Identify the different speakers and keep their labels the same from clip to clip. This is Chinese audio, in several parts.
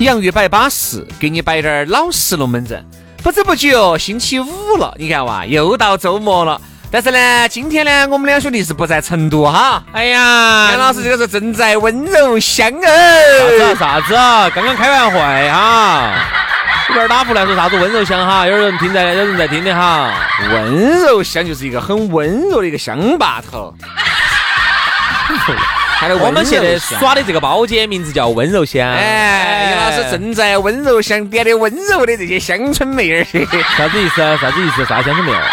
Speaker 1: 洋芋摆巴适，给你摆点儿老实龙门阵。不知不觉哦星期五了，你看哇，又到周末了。但是呢，今天呢，我们两兄弟是不在成都哈。
Speaker 2: 哎呀，
Speaker 1: 杨老师这个时候正在温柔乡
Speaker 2: 啥子
Speaker 1: 哦。
Speaker 2: 啥子啊？刚刚开完会哈，这边打胡乱说啥子温柔乡哈？有人听在，有人在听的哈。
Speaker 1: 温柔乡就是一个很温柔的一个乡坝 头。还有
Speaker 2: 我们现在
Speaker 1: 耍。
Speaker 2: 耍的这个包间名字叫温柔乡。
Speaker 1: 哎，杨老师正在温柔乡点的温柔的这些乡村妹儿些，
Speaker 2: 啥子意思啊？啥子意思？啥乡村妹儿？啊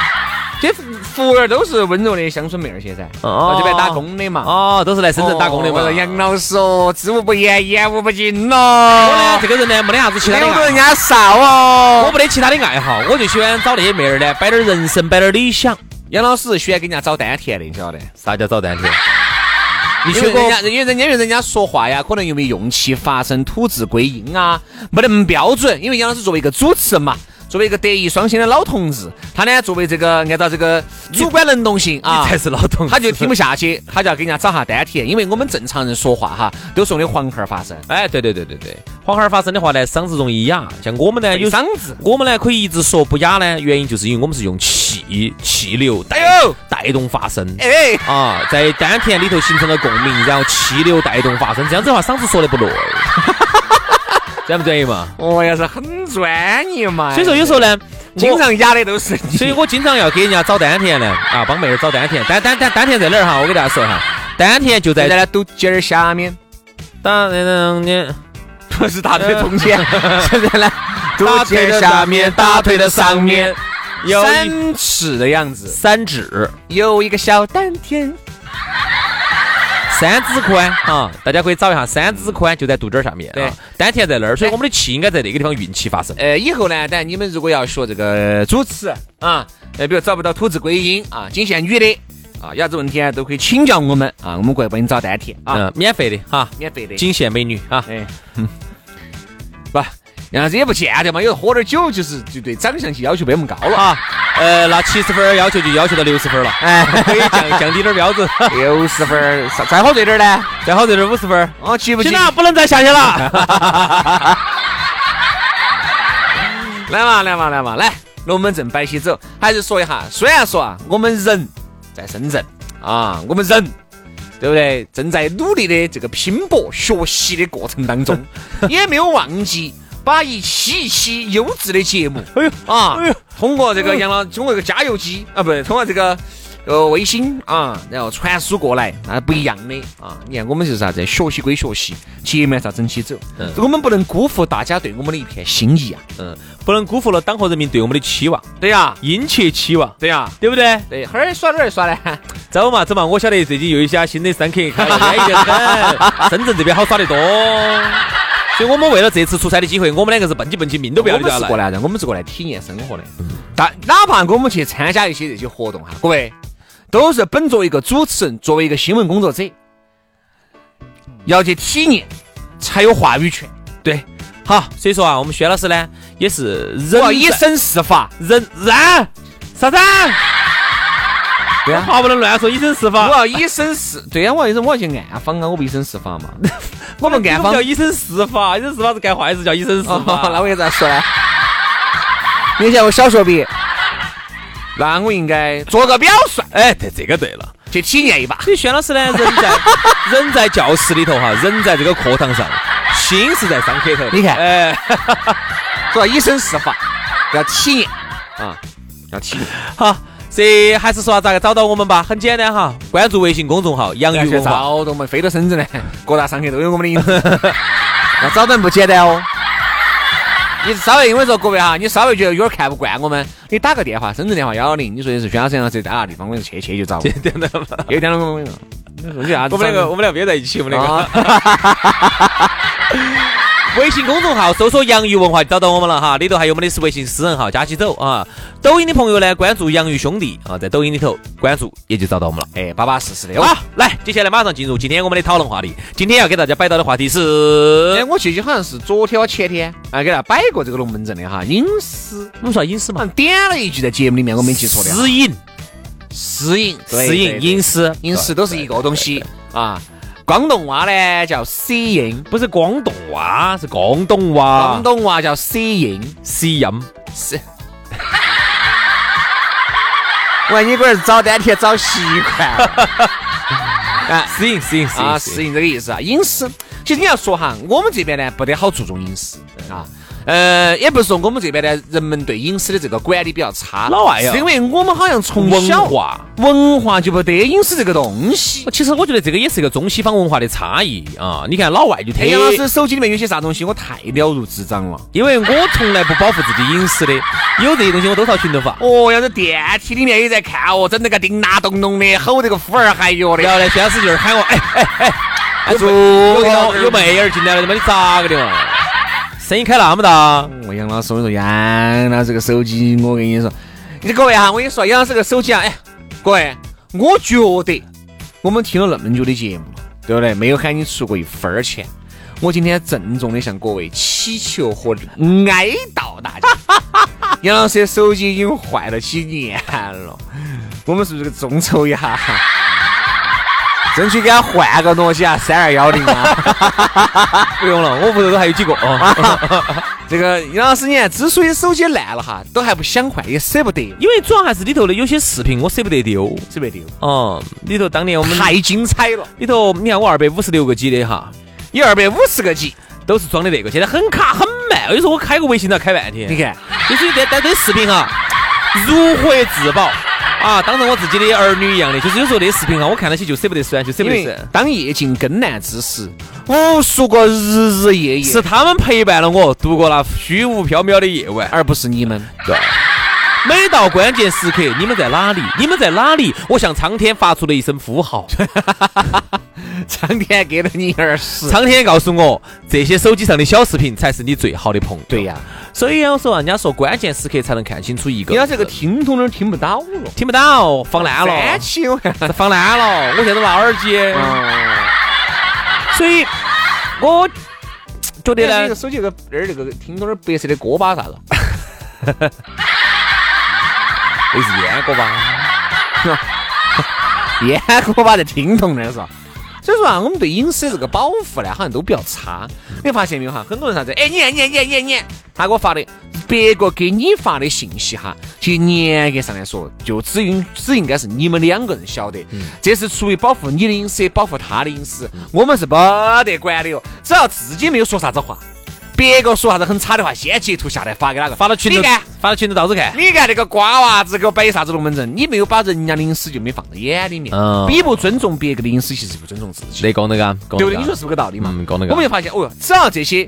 Speaker 1: 这福儿都是温柔的乡村妹儿些噻，
Speaker 2: 哦
Speaker 1: 这边打工的嘛。
Speaker 2: 哦，都是来深圳打工的嘛。
Speaker 1: 哦我说
Speaker 2: 我
Speaker 1: 杨老师哦，知无不言，言无不尽哦咯
Speaker 2: 呢，。这个人呢，没得啥子其他的
Speaker 1: 撩
Speaker 2: 爱
Speaker 1: 到
Speaker 2: 好
Speaker 1: 人。家少
Speaker 2: 我
Speaker 1: 哦。
Speaker 2: 没得其他的爱好，我就喜欢找那些妹儿呢，摆点人生，摆点理想。
Speaker 1: 杨老师喜欢给人家找丹田的，你晓得？
Speaker 2: 啥叫找丹 田？
Speaker 1: 因
Speaker 2: 你学
Speaker 1: 为
Speaker 2: 过
Speaker 1: 人家，因为人家，因为人家说话呀，可能因为用气发声、吐字归音啊，没得那么标准。因为杨老师作为一个主持人嘛，作为一个德艺双馨的老同志，他呢作为这个按照这个主观能动性啊，
Speaker 2: 你才是老同志
Speaker 1: 他就听不下去，他就要给人家找下丹田。因为我们正常人说话哈，都是用的黄喉发声。
Speaker 2: 哎，对对对对对，黄孩儿发生的话呢，嗓子容易哑。像我们呢，有
Speaker 1: 伤子
Speaker 2: 我们呢可以一直说不哑呢，原因就是因为我们是用气气流带、
Speaker 1: 哎呦
Speaker 2: 带动发声。
Speaker 1: 哎，
Speaker 2: 啊，在丹田里头形成了共鸣，然后气流带动发声，这样子的话，嗓子说的不 累，专不专业嘛？
Speaker 1: 我也是很专业嘛。哎
Speaker 2: 所以说有时候呢，我
Speaker 1: 经，常压的都是你。
Speaker 2: 所以哎我经常要给人家找丹田呢，啊，帮妹儿找丹田。丹丹丹丹田在哪儿哈？我给大家说一下，丹田就
Speaker 1: 在
Speaker 2: 在
Speaker 1: 那肚脐儿下面，
Speaker 2: 当当当，
Speaker 1: 不是大腿中 间，现在呢，肚
Speaker 2: 大
Speaker 1: 脐
Speaker 2: 腿
Speaker 1: 儿
Speaker 2: 的
Speaker 1: 下
Speaker 2: 下
Speaker 1: 面
Speaker 2: 面，，
Speaker 1: 大
Speaker 2: 大
Speaker 1: 腿
Speaker 2: 腿
Speaker 1: 的
Speaker 2: 的
Speaker 1: 上
Speaker 2: 上
Speaker 1: 面
Speaker 2: 面。有一
Speaker 1: 三尺的样子，
Speaker 2: 三指。
Speaker 1: 有一个小丹田。
Speaker 2: 三指宽啊，大家可以找一下，三指宽就在肚脐儿下面，
Speaker 1: 对
Speaker 2: 啊，丹田在那儿，所以我们的气应该在那个地方运气发生。
Speaker 1: 呃，以后呢，当然你们如果要学这个主持啊，呃，比如找不到吐字归音啊，仅限女的啊，有啥子问题呢，都可以请教我们啊，我们过来帮你找丹田啊，
Speaker 2: 嗯，免费的哈，
Speaker 1: 免费的。
Speaker 2: 仅限美女啊。
Speaker 1: 哎， 不，然后这也不见得嘛，有时候喝点酒就是就对长相就要求没那么高了啊，
Speaker 2: 啊，呃，那七十分儿要求就要求到六十分儿了，哎，可以降 降低点儿标准，
Speaker 1: 六十分儿，再再喝醉点儿呢，
Speaker 2: 再好这点五十分儿。
Speaker 1: 哦，急不急
Speaker 2: 行？了，不能再下去了。
Speaker 1: 来嘛，来嘛，来嘛，来，龙门阵摆起走。还是说一下，虽然说啊，我们人在深圳啊，我们人对不对？正在努力的这个拼搏学习的过程当 中，也没有忘记把一期一期优质的节目，
Speaker 2: 哎呦
Speaker 1: 啊
Speaker 2: 哎呦，
Speaker 1: 通过这个养老，通过这个加油机啊，不是，通过这个。呃，卫星啊，然后传输过来，那不一样的啊！你看，我们是啥子？学习归学习，节目还是要整起走。
Speaker 2: 嗯
Speaker 1: 我们不能辜负大家对我们的一片心意啊！
Speaker 2: 嗯， 不能辜负了党和人民对我们的期望，
Speaker 1: 对呀、
Speaker 2: 殷切期望，
Speaker 1: 对呀、
Speaker 2: 对不对？
Speaker 1: 对，哈儿耍哪儿耍呢？
Speaker 2: 走嘛，走嘛，我晓得最近又有一家新的商客开了，安逸得很，深圳这边好耍得多。所以我们为了这次出差的机会，我们两个是蹦起蹦起，命 都不要
Speaker 1: 我
Speaker 2: 留
Speaker 1: 们
Speaker 2: 下
Speaker 1: 是
Speaker 2: 来
Speaker 1: 过。来人，我们是过来体验生活的。
Speaker 2: 嗯
Speaker 1: 但哪怕我们去参加一些这些活动哈，各位都是本着一个主持人，作为一个新闻工作者，要去体验，才有话语权。
Speaker 2: 对，好，所以说啊，我们薛老师呢也是
Speaker 1: 我
Speaker 2: 人
Speaker 1: 要以
Speaker 2: 在
Speaker 1: 身试法，
Speaker 2: 人然啥子？啊
Speaker 1: 对啊
Speaker 2: 话不能乱说，以身试
Speaker 1: 我
Speaker 2: 法。
Speaker 1: 要以身试，对呀、我要我要去暗访啊，我不以身试法嘛，我们暗
Speaker 2: 这
Speaker 1: 访
Speaker 2: 个不叫。以身试法，以身试法是干坏事，叫以身试
Speaker 1: 哦，那
Speaker 2: 法。
Speaker 1: 我也咋说呢？你像我小学毕业，那我应该做个表率，
Speaker 2: 哎，对，这个对了。
Speaker 1: 去体验一把。
Speaker 2: 所以轩老师呢，人在人在教室里头哈，人在这个课堂上，心是在商客头的。
Speaker 1: 你看
Speaker 2: 哎，
Speaker 1: 主要以身试法，要体验啊，要体验。
Speaker 2: 好，这还是说咋个找到我们吧？很简单哈，关注微信公众号“洋芋文化
Speaker 1: 找到我们，飞到深圳来，哎 各大商客都有我们的影子。 要找到人不简单哦。你稍微因为说各位哈，你稍微觉得有点看不惯我们，你打个电话，深圳电话幺幺零，你说的是宣老师、杨老师在啊哪个地方，我跟你说去去就找我。有”，
Speaker 2: 对的嘛。
Speaker 1: 一点我跟你说，我们
Speaker 2: 我们两
Speaker 1: 啊
Speaker 2: 个，我们两个约在一起，我们两个。微信公众号搜索“洋芋文化”就找到我们了哈，里头还有我们的是微信私人号，加起走啊。抖音的朋友呢，关注“洋芋兄弟”啊，在抖音里头关注也就找到我们了。
Speaker 1: 哎，巴巴适适的。
Speaker 2: 好，啊来，接下来马上进入今天我们的讨论话题。今天要给大家摆到的话题是
Speaker 1: 哎，，
Speaker 2: 啊
Speaker 1: 我记得好像是昨天哦前天，啊，给大家摆过这个龙门阵的哈，影视
Speaker 2: 我们说隐私
Speaker 1: 好像，点了一句，在节目里面我没记错的哈，
Speaker 2: 私隐、
Speaker 1: 私影、
Speaker 2: 私隐、隐私、
Speaker 1: 影视都是一个东西啊。广东话呢叫私影，
Speaker 2: 不是广东话，是广东话
Speaker 1: 广。东话叫私影。
Speaker 2: 私隐，
Speaker 1: 是。喂，你龟儿找单贴找习惯了
Speaker 2: 私隐，私隐，私
Speaker 1: 啊，
Speaker 2: 隐，
Speaker 1: 适应这个意思啊。隐私，其实你要说哈，我们这边呢不得好注重隐私啊。呃，也不是说我们这边呢，人们对隐私的这个管理比较差，
Speaker 2: 老外呀
Speaker 1: 是因为我们好像从
Speaker 2: 文
Speaker 1: 小
Speaker 2: 化。
Speaker 1: 文化就不得隐私这个东西。
Speaker 2: 其实我觉得这个也是一个中西方文化的差异啊！你看老外就特
Speaker 1: 哎，杨老师手机里面有些啥东西，我太了如指掌了。
Speaker 2: 因为我从来不保护自己隐私的，有这些东西我都朝群头发。
Speaker 1: 哦，要是电梯里面也在看哦，整那个叮当咚咚的，吼这个虎儿还哟的，
Speaker 2: 然后呢，宣师就是喊我，哎哎哎，
Speaker 1: 有
Speaker 2: 有
Speaker 1: 妹
Speaker 2: 有有妹儿进来了，他妈你咋个的嘛？声音开那么大，
Speaker 1: 我杨老师，我跟你说杨老师这个手机，我跟你说，你各位哈，我跟你说，杨老师这个手机啊，哎，各位，我觉得我们听了那么久的节目，对不对？没有喊你出过一分儿钱。我今天郑重的向各位祈求和哀悼大家， 杨老师的手机已经坏了几年了，我们是不是这个众筹一下，争取给他换个东西啊？三二幺零啊。
Speaker 2: 不用了，我屋头都还有几个哦。
Speaker 1: 这个杨老师，你看，之所以手机烂了哈，都还不想换，也舍不得，
Speaker 2: 因为主要还是里头的有些视频我舍不得丢，
Speaker 1: 舍不得丢，
Speaker 2: 嗯，里头当年我们
Speaker 1: 太精彩了，
Speaker 2: 里头，你看我二百五十六个 G 的哈，
Speaker 1: 有二百五十个 G，
Speaker 2: 都是装的那个，现在很卡很慢，有时候我开个微信都要开半天。
Speaker 1: 你看，
Speaker 2: 就是在在这视频哈，如获至宝啊，当成我自己的儿女一样的。就是有时候那视频哈，我看到起就舍不得删，就舍
Speaker 1: 因
Speaker 2: 不得
Speaker 1: 为
Speaker 2: 删。
Speaker 1: 当夜尽更难之时，无数个日日夜夜，
Speaker 2: 是他们陪伴了我度过那虚无缥缈的夜晚。
Speaker 1: 而不是你们。
Speaker 2: 每到关键时刻，你们在哪里？你们在哪里？我向苍天发出了一声 呼号，
Speaker 1: 苍天给了你耳屎。
Speaker 2: 苍天告诉我，这些手机上的小视频才是你最好的朋友。
Speaker 1: 对呀、
Speaker 2: 所以要说啊，人家说关键时刻才能看清楚一个
Speaker 1: 你
Speaker 2: 人。
Speaker 1: 要这个听筒都听不到了，
Speaker 2: 听不到，放烂了
Speaker 1: 三，七我看。
Speaker 2: 放烂了，我现在都拿耳机。
Speaker 1: 嗯
Speaker 2: 所以，我觉
Speaker 1: 那
Speaker 2: 得呢
Speaker 1: 哎个，手机那个那儿那个听筒那儿白色的锅巴啥 子？
Speaker 2: 那是烟锅吧？
Speaker 1: 烟锅巴在听筒那儿是吧？所以说啊，我们对隐私这个保护呢，好像都比较差。你发现没有哈？很多人啥子？哎，你看，你看，你看，你看，你看，他给我发的，别个给你发的信息哈，其实严格上来说，就只应只应该是你们两个人晓得。这是出于保护你的隐私，保护他的隐私，我们是没得管的哟。只要自己没有说啥子话，别个说啥子很差的话，先截图下来发给哪个？
Speaker 2: 发到群
Speaker 1: 你
Speaker 2: 头
Speaker 1: 看，，
Speaker 2: 发到群头到处看。
Speaker 1: 你看那个瓜娃子给我摆啥子龙门阵，你没有把人家的隐私就没放在眼里面，
Speaker 2: 嗯
Speaker 1: 比不尊重别个的隐私，其实不尊重自己，
Speaker 2: 那讲那个，
Speaker 1: 对不对？你说是不是个道理嘛？
Speaker 2: 嗯讲得个
Speaker 1: 我们就发现，哦哟，只要这些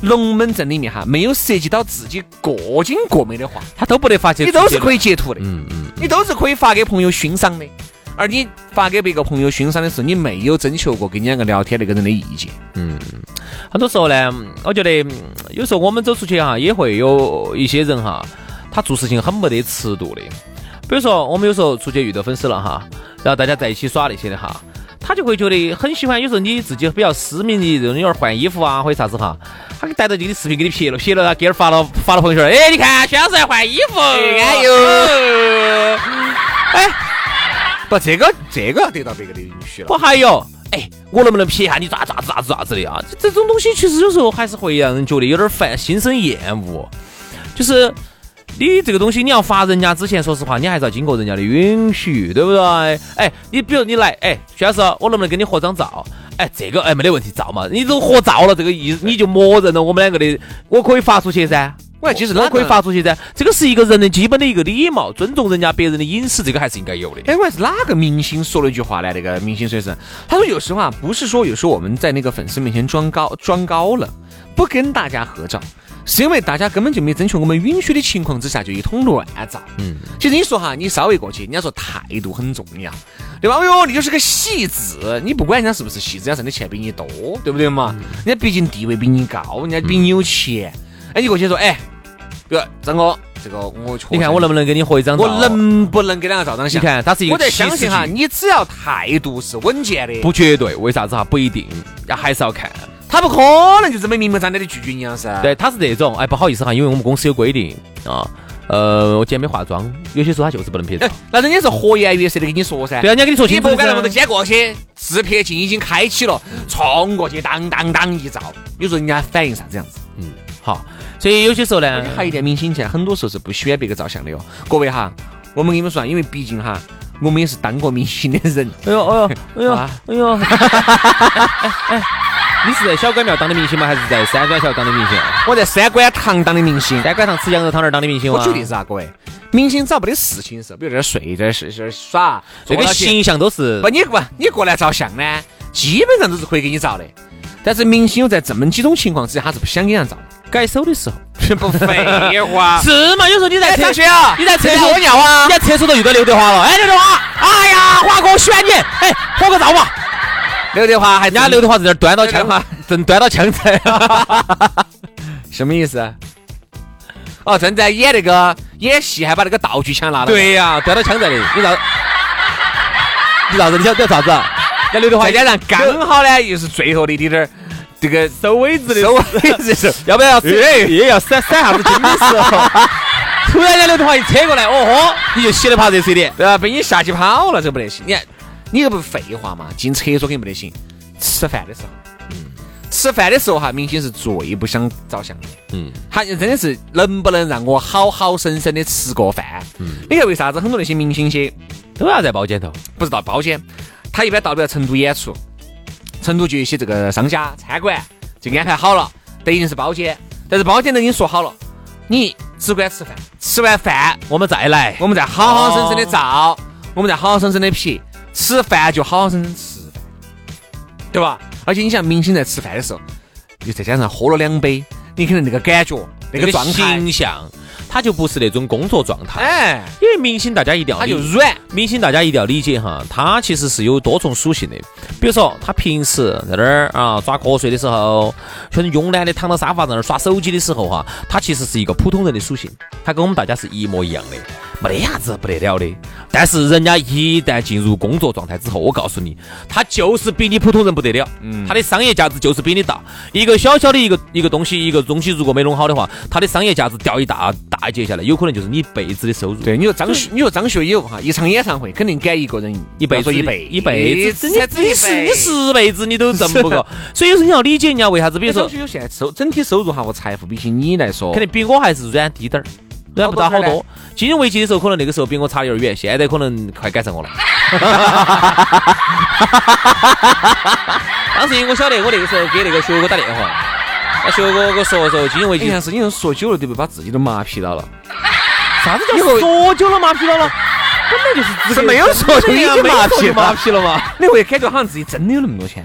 Speaker 1: 龙门阵里面哈没有涉及到自己过精过美的话，
Speaker 2: 他都不得发现，
Speaker 1: 你都是可
Speaker 2: 以。
Speaker 1: 以截图的，
Speaker 2: 嗯嗯，
Speaker 1: 你都是可以发给朋友欣赏的。而你发给别个朋友欣赏的时候，你没有征求过跟你两个聊天那个人的意见，
Speaker 2: 很多时候呢，我觉得嗯有时候我们走出去哈，也会有一些人哈，他做事情很没得尺度的。比如说，我们有时候出去遇到粉丝了哈，然后大家在一起耍那些的哈，他就会觉得很喜欢。有时候你自己比较私密的这种，有点换衣服啊或者啥子哈，他给带到这个视频给你撇了，撇了，他给儿发了发了朋友圈，哎，你看，轩老师在换衣服，
Speaker 1: 哎
Speaker 2: 呦，哎，
Speaker 1: 不，这个这个要得到别个的允许了。
Speaker 2: 不还有，哎，我能不能撇下你咋咋咋咋子的啊？这这种东西其实有时候还是会让人觉得有点烦，心生厌恶。就是你这个东西，你要发人家之前，说实话，你还是要经过人家的允许，对不对？哎，你比如你来，哎，徐老师，我能不能跟你合张照？哎，这个哎没得问题，照嘛，你都合照了，这个意你就默认了我们两个的，我可以发出去噻。
Speaker 1: 喂其实
Speaker 2: 我
Speaker 1: 哪个
Speaker 2: 可以发出去噻，这个是一个人的基本的一个礼貌，尊重人家别人的隐私，这个还是应该有的。
Speaker 1: 哎，我还是哪个明星说了一句话呢？那个明星先生，他说有时候啊，不是说有时候我们在那个粉丝面前装高装高了，不跟大家合照，是因为大家根本就没征求我们允许的情况之下就一通乱照。嗯，其实你说哈，你稍微过去，人家说态度很重要，对吧？哎呦，你就是个戏子，你不管人家是不是戏子，人家挣的钱比你多，对不对嘛？
Speaker 2: 嗯
Speaker 1: 人家毕竟地位比你高，人家比你有钱，哎，你过去说，哎，哥，张哥，这个我确
Speaker 2: 你看
Speaker 1: 实
Speaker 2: 我能不能给你合一张照？
Speaker 1: 我能不能给两个照张
Speaker 2: 你
Speaker 1: 相？
Speaker 2: 看，它是一个
Speaker 1: 我在
Speaker 2: 起始
Speaker 1: 相信哈，
Speaker 2: 句
Speaker 1: 你只要态度是稳健的，
Speaker 2: 不绝对，为啥子哈？不一定，啊还是要看。
Speaker 1: 他不可能就这么明目张胆的拒绝你样噻。，
Speaker 2: 对，他是这种，哎，不好意思哈，因为我们公司有规定啊，呃，我今天没化妆，有些时候他就是不能拍照
Speaker 1: 哎。，那人家是和颜悦色的跟你说噻。
Speaker 2: 对啊，人家跟你说
Speaker 1: 哎你
Speaker 2: 清楚
Speaker 1: 不管那么多，
Speaker 2: 噻
Speaker 1: 今天过去，自拍镜已经开启了，冲过去当当当一照，你说人家反应啥子样子？
Speaker 2: 好，所以有些时候呢，
Speaker 1: 哎还有一点，明星现在很多时候是不喜欢别个照相的哟。各位哈，我们跟你们说啊，因为毕竟哈，我们也是当过明星的人。
Speaker 2: 哎呦哎呦哎呦
Speaker 1: 啊
Speaker 2: 哎呦，哎哎，你是在小关庙当的明星吗？还是在三官桥当的明星？啊
Speaker 1: 我在三观堂当的明星，
Speaker 2: 三官堂吃羊肉汤那儿当的明星吗？
Speaker 1: 我举例子啊，各位，明星只要没得事情是，比如在这儿睡，在这儿睡，在这儿耍，
Speaker 2: 这个
Speaker 1: 坐到起
Speaker 2: 形象都是
Speaker 1: 不，你不你过来照相呢，基本上都是可以给你照的。但是明星有在这么几种情况之下，他是不想给人家照 的。
Speaker 2: 改手的时候。，
Speaker 1: 不废 话
Speaker 2: 是嘛？有时候你在
Speaker 1: 哎，
Speaker 2: 车
Speaker 1: 张学友，
Speaker 2: 你在厕
Speaker 1: 尿
Speaker 2: 所
Speaker 1: 我尿啊
Speaker 2: 你！在厕所都遇到刘德华了，哎，刘德华，哎呀，华哥，我喜欢你，哎，合个照吧。
Speaker 1: 刘德华还
Speaker 2: 人家刘德华在这儿端到
Speaker 1: 刘德
Speaker 2: 枪
Speaker 1: 华，
Speaker 2: 正端到枪在。
Speaker 1: 什么意思？啊哦，正在演那个演戏，还把那个道具枪拿了。，
Speaker 2: 对呀，端到枪在的，你咋？你咋子？你想要啥子啊？那刘德华
Speaker 1: 再加上刚好呢，又是最后的滴点儿这个
Speaker 2: 收尾子
Speaker 1: 收尾的时候，
Speaker 2: 要不然要闪
Speaker 1: 哎
Speaker 2: 也要闪闪下子筋的时候，突然间刘德华一扯过来，哦豁，你就洗了泡热水的。
Speaker 1: 对吧？被你吓起跑了，这不得行。你看，你这不是废话嘛？进厕所肯定不得行。吃饭的时候，嗯吃饭的时候哈，明星是最不想照相的。
Speaker 2: 嗯
Speaker 1: 嗯，他真的是能不能让我好好生生的吃个饭？嗯，你看为啥子很多那些明星些
Speaker 2: 都要在包间头，
Speaker 1: 不是到包间，他一般到不了成都演出，成都就有一些这个商家餐馆就安排好了，都已经是包间，但是包间都已经说好了，你只管吃饭，吃完饭
Speaker 2: 我们再来。
Speaker 1: 我们再好好生生的照，我们再好好生生的皮，吃饭就好好生生吃饭，对吧？而且你像明星在吃饭的时候，又再加上喝了两杯，你可能那个感觉、那个状态，
Speaker 2: 形象，他就不是那种工作状态。
Speaker 1: 哎，
Speaker 2: 因为明星大家一定要
Speaker 1: 他
Speaker 2: 理
Speaker 1: 就
Speaker 2: 解
Speaker 1: 软。
Speaker 2: 明星大家一定要理解哈，他其实是有多重属性的。比如说，他平时在那儿啊耍瞌睡的时候，很慵懒的躺到沙发上那儿耍手机的时候哈、他其实是一个普通人的属性，他跟我们大家是一模一样的，没得啥子不得了的。但是人家一旦进入工作状态之后，我告诉你，他就是比你普通人不得了，他的商业价值就是比你大。一个小小的一个一个东西，一个东西如果没弄好的话，他的商业价值掉一大大一截下来，有可能就是你一辈子的收入。
Speaker 1: 对，你说张学，你说张学友哈，一场演唱会肯定赶一个人
Speaker 2: 一辈
Speaker 1: 不
Speaker 2: 子
Speaker 1: 要说一辈
Speaker 2: 一辈子，
Speaker 1: 子才只
Speaker 2: 你
Speaker 1: 一
Speaker 2: 是
Speaker 1: 辈哎
Speaker 2: 你十辈子你都挣 不够，所以有时候你要理解人家为啥子，比
Speaker 1: 比
Speaker 2: 如
Speaker 1: 如说
Speaker 2: 说
Speaker 1: 张学友现在收整体收入哈和财富比起你来说，
Speaker 2: 肯定比我还是软低点儿，软不到
Speaker 1: 好
Speaker 2: 好
Speaker 1: 多
Speaker 2: 多。金融危机的时候可能那个时候比我差得有点远，现在可能快赶上我了。 当时我晓得我那个时候给那个学哥打电话，那学哥给我说说金融危
Speaker 1: 你
Speaker 2: 机
Speaker 1: 像是你这种说久了对不对？把自己都麻痹到了，
Speaker 2: 啥子
Speaker 1: 你
Speaker 2: 叫
Speaker 1: 会
Speaker 2: 说久了麻痹了了，本来就是资格
Speaker 1: 是没有说就已经
Speaker 2: 没有
Speaker 1: 麻
Speaker 2: 说
Speaker 1: 痹
Speaker 2: 就麻
Speaker 1: 了
Speaker 2: 痹 了嘛。
Speaker 1: 你会感觉好像自己真的有那么多钱。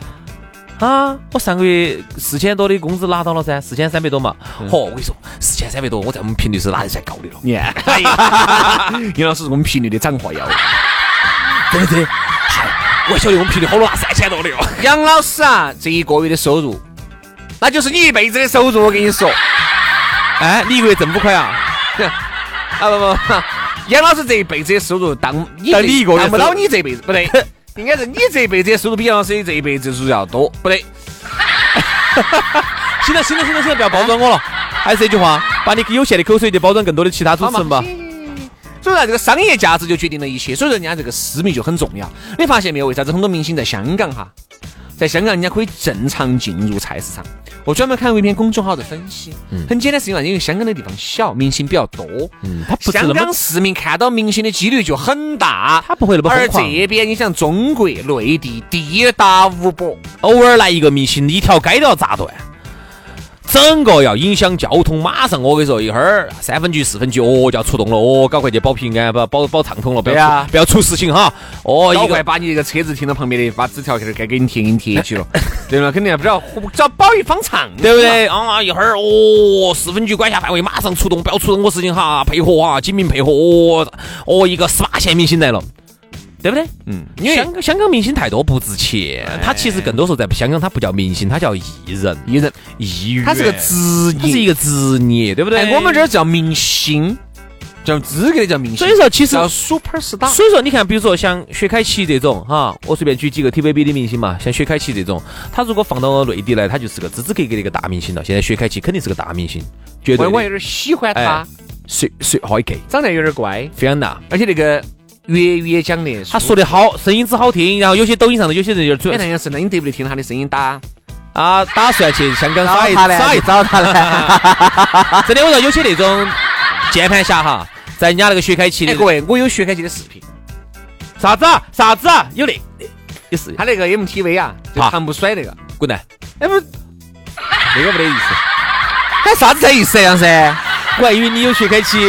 Speaker 2: 啊，我上个月四千多的工资拿到了噻，四千三百多嘛。
Speaker 1: 嗯
Speaker 2: 嚯、我跟你说，四千三百多，我在我们频率是拿得算高的了。
Speaker 1: 你看，杨老师是我们频率的长话妖。
Speaker 2: 真的真的，嗨，我晓得我们频率好多拿三千多的哟。
Speaker 1: 杨老师啊，这一个月的收入，那就是你一辈子的收入。我跟你说，
Speaker 2: 哎，你一个月挣五块啊？
Speaker 1: 啊不不，不杨老师这一辈子的收入当你
Speaker 2: 当你一个月
Speaker 1: 当不
Speaker 2: 收入
Speaker 1: 到你这辈子，不 对，应该是你这辈子的收入比杨老师的这一辈子收入要多，不对，
Speaker 2: 行了行了行了行了，不要包装我了。还是这句话，把你有限的口水就包装更多的其他主持人吧。
Speaker 1: 所以说这个商业价值就决定了一切，所以人家这个私密就很重要。你发现没有？为啥子很多明星在香港哈，在香港人家可以正常进入菜市场。我专门看过一篇公众号的分析，
Speaker 2: 嗯
Speaker 1: 很简单是因为因为香港的地方小，明星比较多，
Speaker 2: 他嗯不是
Speaker 1: 香
Speaker 2: 那
Speaker 1: 港
Speaker 2: 么，
Speaker 1: 市民看到明星的几率就很大。
Speaker 2: 他不会那么
Speaker 1: 而
Speaker 2: 疯狂。
Speaker 1: 这边你像中国内地地大物博，
Speaker 2: 偶尔来一个明星，一条街都要炸断，整个要影响交通。马上我跟你说，一会儿三分局、四分局，哦，就要出动了，哦，赶快去保平安，不要保保畅通了，不要
Speaker 1: 对啊
Speaker 2: 出不要出事情哈。哦，
Speaker 1: 搞
Speaker 2: 一
Speaker 1: 快
Speaker 2: 个
Speaker 1: 把你这个车子停到旁边的，把纸条给该给你贴给你贴起了， 对吗？肯定要不知道只要保一方畅，
Speaker 2: 对不？对？啊，一会儿哦，四分局管辖范围马上出动，不要出任何事情哈，配合啊，警民配合。哦，哦，一个十八线明星来了。对不对？
Speaker 1: 嗯，哎
Speaker 2: 因为香港香港明星太多不值钱，他其实更多时候在香港，他不叫明星，他叫艺人、
Speaker 1: 艺人
Speaker 2: 艺员，
Speaker 1: 他是个职
Speaker 2: 他是一
Speaker 1: 业，
Speaker 2: 个职业，对不对？
Speaker 1: 哎，我们这儿叫明星，叫资格的叫明星
Speaker 2: 所以，说，其实
Speaker 1: 叫 super star。
Speaker 2: 所以说，你看，比如说像薛凯琪这种哈，我随便举几个 TVB 的明星嘛，像薛凯琪这种，他如果放到内地来，他就是个支支格格的一个大明星了。现在薛凯琪肯定是个大明星，绝对
Speaker 1: 我我有
Speaker 2: 的。
Speaker 1: 点喜欢他
Speaker 2: 哎，薛薛凯琪，
Speaker 1: 长得有点乖，
Speaker 2: 菲安娜，
Speaker 1: 而且那个粤语也讲的，
Speaker 2: 她说的好，声音之好听，然后有些抖音上的有些人就是
Speaker 1: 哎，
Speaker 2: 准
Speaker 1: 那样是，那你得不得听他的声音打？
Speaker 2: 啊，打算去香港耍一
Speaker 1: 他来
Speaker 2: 耍一
Speaker 1: 找他来。
Speaker 2: 真的，我说有些那种键盘侠哈，在人家那个薛凯琪
Speaker 1: 哎，
Speaker 2: 的
Speaker 1: 各位，我有薛凯琪的视频，
Speaker 2: 啥子啊啥子啊，有那也是
Speaker 1: 他那个 MTV 啊，就
Speaker 2: 好
Speaker 1: 唐不甩那个，
Speaker 2: 滚蛋，
Speaker 1: 哎不，
Speaker 2: 那个没得意思。
Speaker 1: 还啥子才意思这样噻？
Speaker 2: 我还以为你有薛凯琪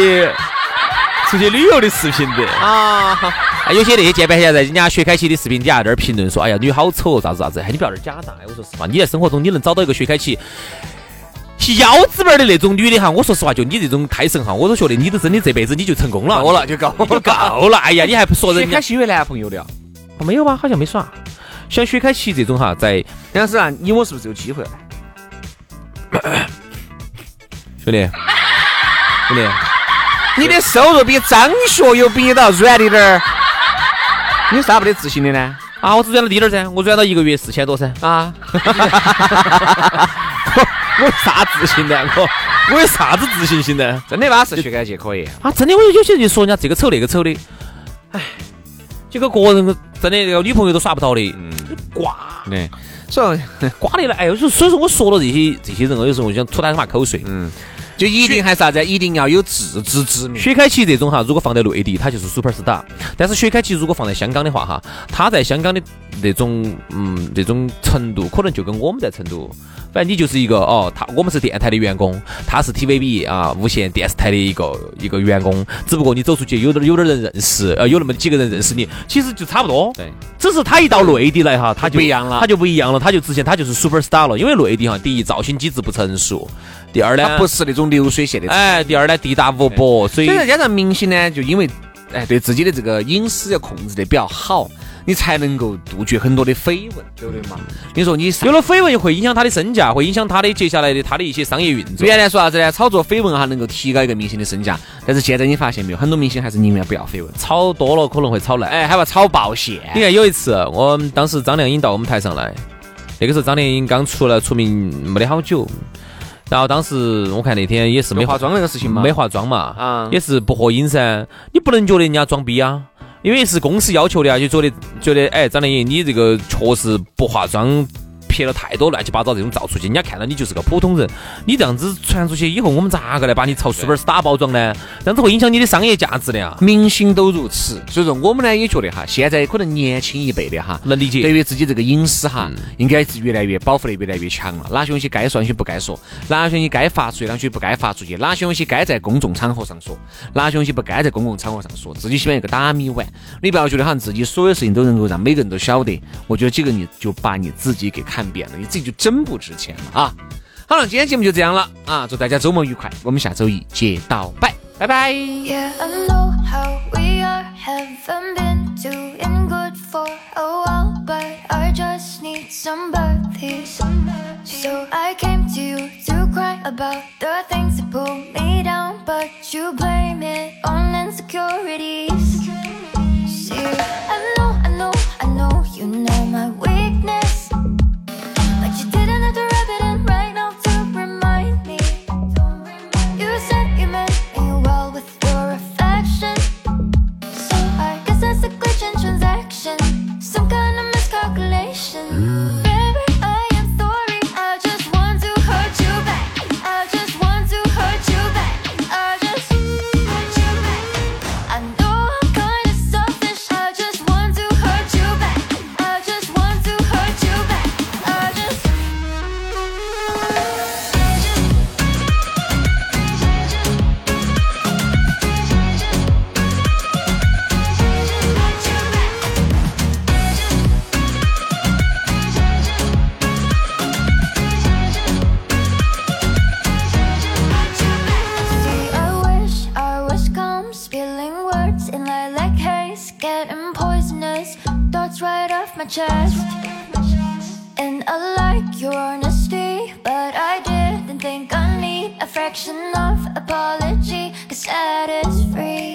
Speaker 2: 出去旅游的视频的啊。啊，有些那些键盘侠在人家薛凯琪的视频底下在那儿评论说：“哎呀，女好丑，啥子啥子。”哎，你不要在那儿假大爷，我说实话，你在生活中你能找到一个薛凯琪腰子门儿的那种女的哈，我说实话，就你这种胎神哈，我都觉得你都真的这辈子你就成功了，
Speaker 1: 够了就够
Speaker 2: 你就够了。哎呀，你还不说
Speaker 1: 薛
Speaker 2: 人
Speaker 1: 凯
Speaker 2: 家哦
Speaker 1: 琪有男朋友的啊，
Speaker 2: 没有吧？好像没耍。像薛凯琪这种哈，在
Speaker 1: 杨老师啊，你我是不是有机会了？
Speaker 2: 兄弟，兄弟，
Speaker 1: 你的收入比张学友比你都要软一点儿，你有啥不得自信的呢？
Speaker 2: 啊，我只转了低点儿噻，我转到一个月四千多噻。
Speaker 1: 啊，
Speaker 2: 我有啥自信呢？哦我我有啥子自信心呢？
Speaker 1: 真的巴适，薛凯琪可以。
Speaker 2: 啊，真的，我有些人就说人家这个丑那个丑的，哎，这个个人真的那个女朋友都耍不到的，瓜
Speaker 1: 对，所以
Speaker 2: 瓜的了。哎，所以所以说我说了这些这些人，我有时候我想吐他妈口水。
Speaker 1: 就一定还啥子，一定要有自知之明。
Speaker 2: 薛凯琪这种哈，如果放在内地，他就是 super star；但是薛凯琪如果放在香港的话哈，他在香港的那种嗯那种程度，可能就跟我们在成都，反正你就是一个哦，他我们是电台的员工，他是 TVB 啊无线电视台的一个一个员工，只不过你走出去有点有点人认识，呃有那么几个人认识你，其实就差不多。
Speaker 1: 对，
Speaker 2: 只是他一到内地来哈，他就
Speaker 1: 不一样了
Speaker 2: 他就不一样了，他就之前他就是 super star 了，因为内地哈，第一造型机制不成熟，第二呢
Speaker 1: 他不是那种流水线的。
Speaker 2: 哎，第二呢地大物博，所以
Speaker 1: 所以。再加上明星呢，就因为哎对自己的这个隐私要控制得比较好，你才能够杜绝很多的绯闻，对不对嘛？你说你
Speaker 2: 有了绯闻会影响他的身价，会影响他的接下来的他的一些商业运作。
Speaker 1: 原来说啥子呢？炒作绯闻哈，能够提高一个明星的身价，但是现在你发现没有，很多明星还是宁愿不要绯闻，
Speaker 2: 炒多了可能会炒烂。
Speaker 1: 哎，还要炒爆线。
Speaker 2: 你看有一次，我们当时张靓颖到我们台上来，那个时候张靓颖刚出来出名没得好久，然后当时我看那天也是没
Speaker 1: 没化妆那个事情吗？
Speaker 2: 没化妆嘛，
Speaker 1: 啊
Speaker 2: 也是不合影噻。你不能觉得人家装逼啊，因为是公司要求的啊，就觉得觉得哎，张靓颖你这个确实不化妆。拍了太多乱七八糟这种照出去，人家看到你就是个普通人，你这样子传出去以后，我们咋个来把你朝 super star 包装呢？这样子会影响你的商业价值的呀，
Speaker 1: 明星都如此，所以说我们呢也觉得哈，现在可能年轻一辈的哈，
Speaker 2: 能理解。嗯
Speaker 1: 对于自己这个隐私哈，应该是越来越保护的越来越强了。哪些东西该说，哪些不该说；哪些东西该发出去，哪些不该发出去；哪些东西该在公众场合上说，哪些东西不该在公共场合上说。自己喜欢一个打米碗，你不要觉得好像自己所有事情都能够让每个人都晓得。我觉得这个你就把你自己给看遍了，你自己就真不值钱了啊！好了，今天节目就这样了啊！祝大家周末愉快，我们下周一见到拜，拜拜。
Speaker 3: Yeah, I know how we are. Haven't been doing good for a while, but I just need somebody. So I came to you to cry about the things that pull me down, but you blame it on insecurities. See, I know, I know, I know you know my weakness. But you didn't have to rub it in right now to remind me. You said you meant me well with your reflection. So I guess that's a glitch in transaction. Some kind of miscalculation. Baby, chest. And I like your honesty, but I didn't think I need a fraction of apology, cause that is free.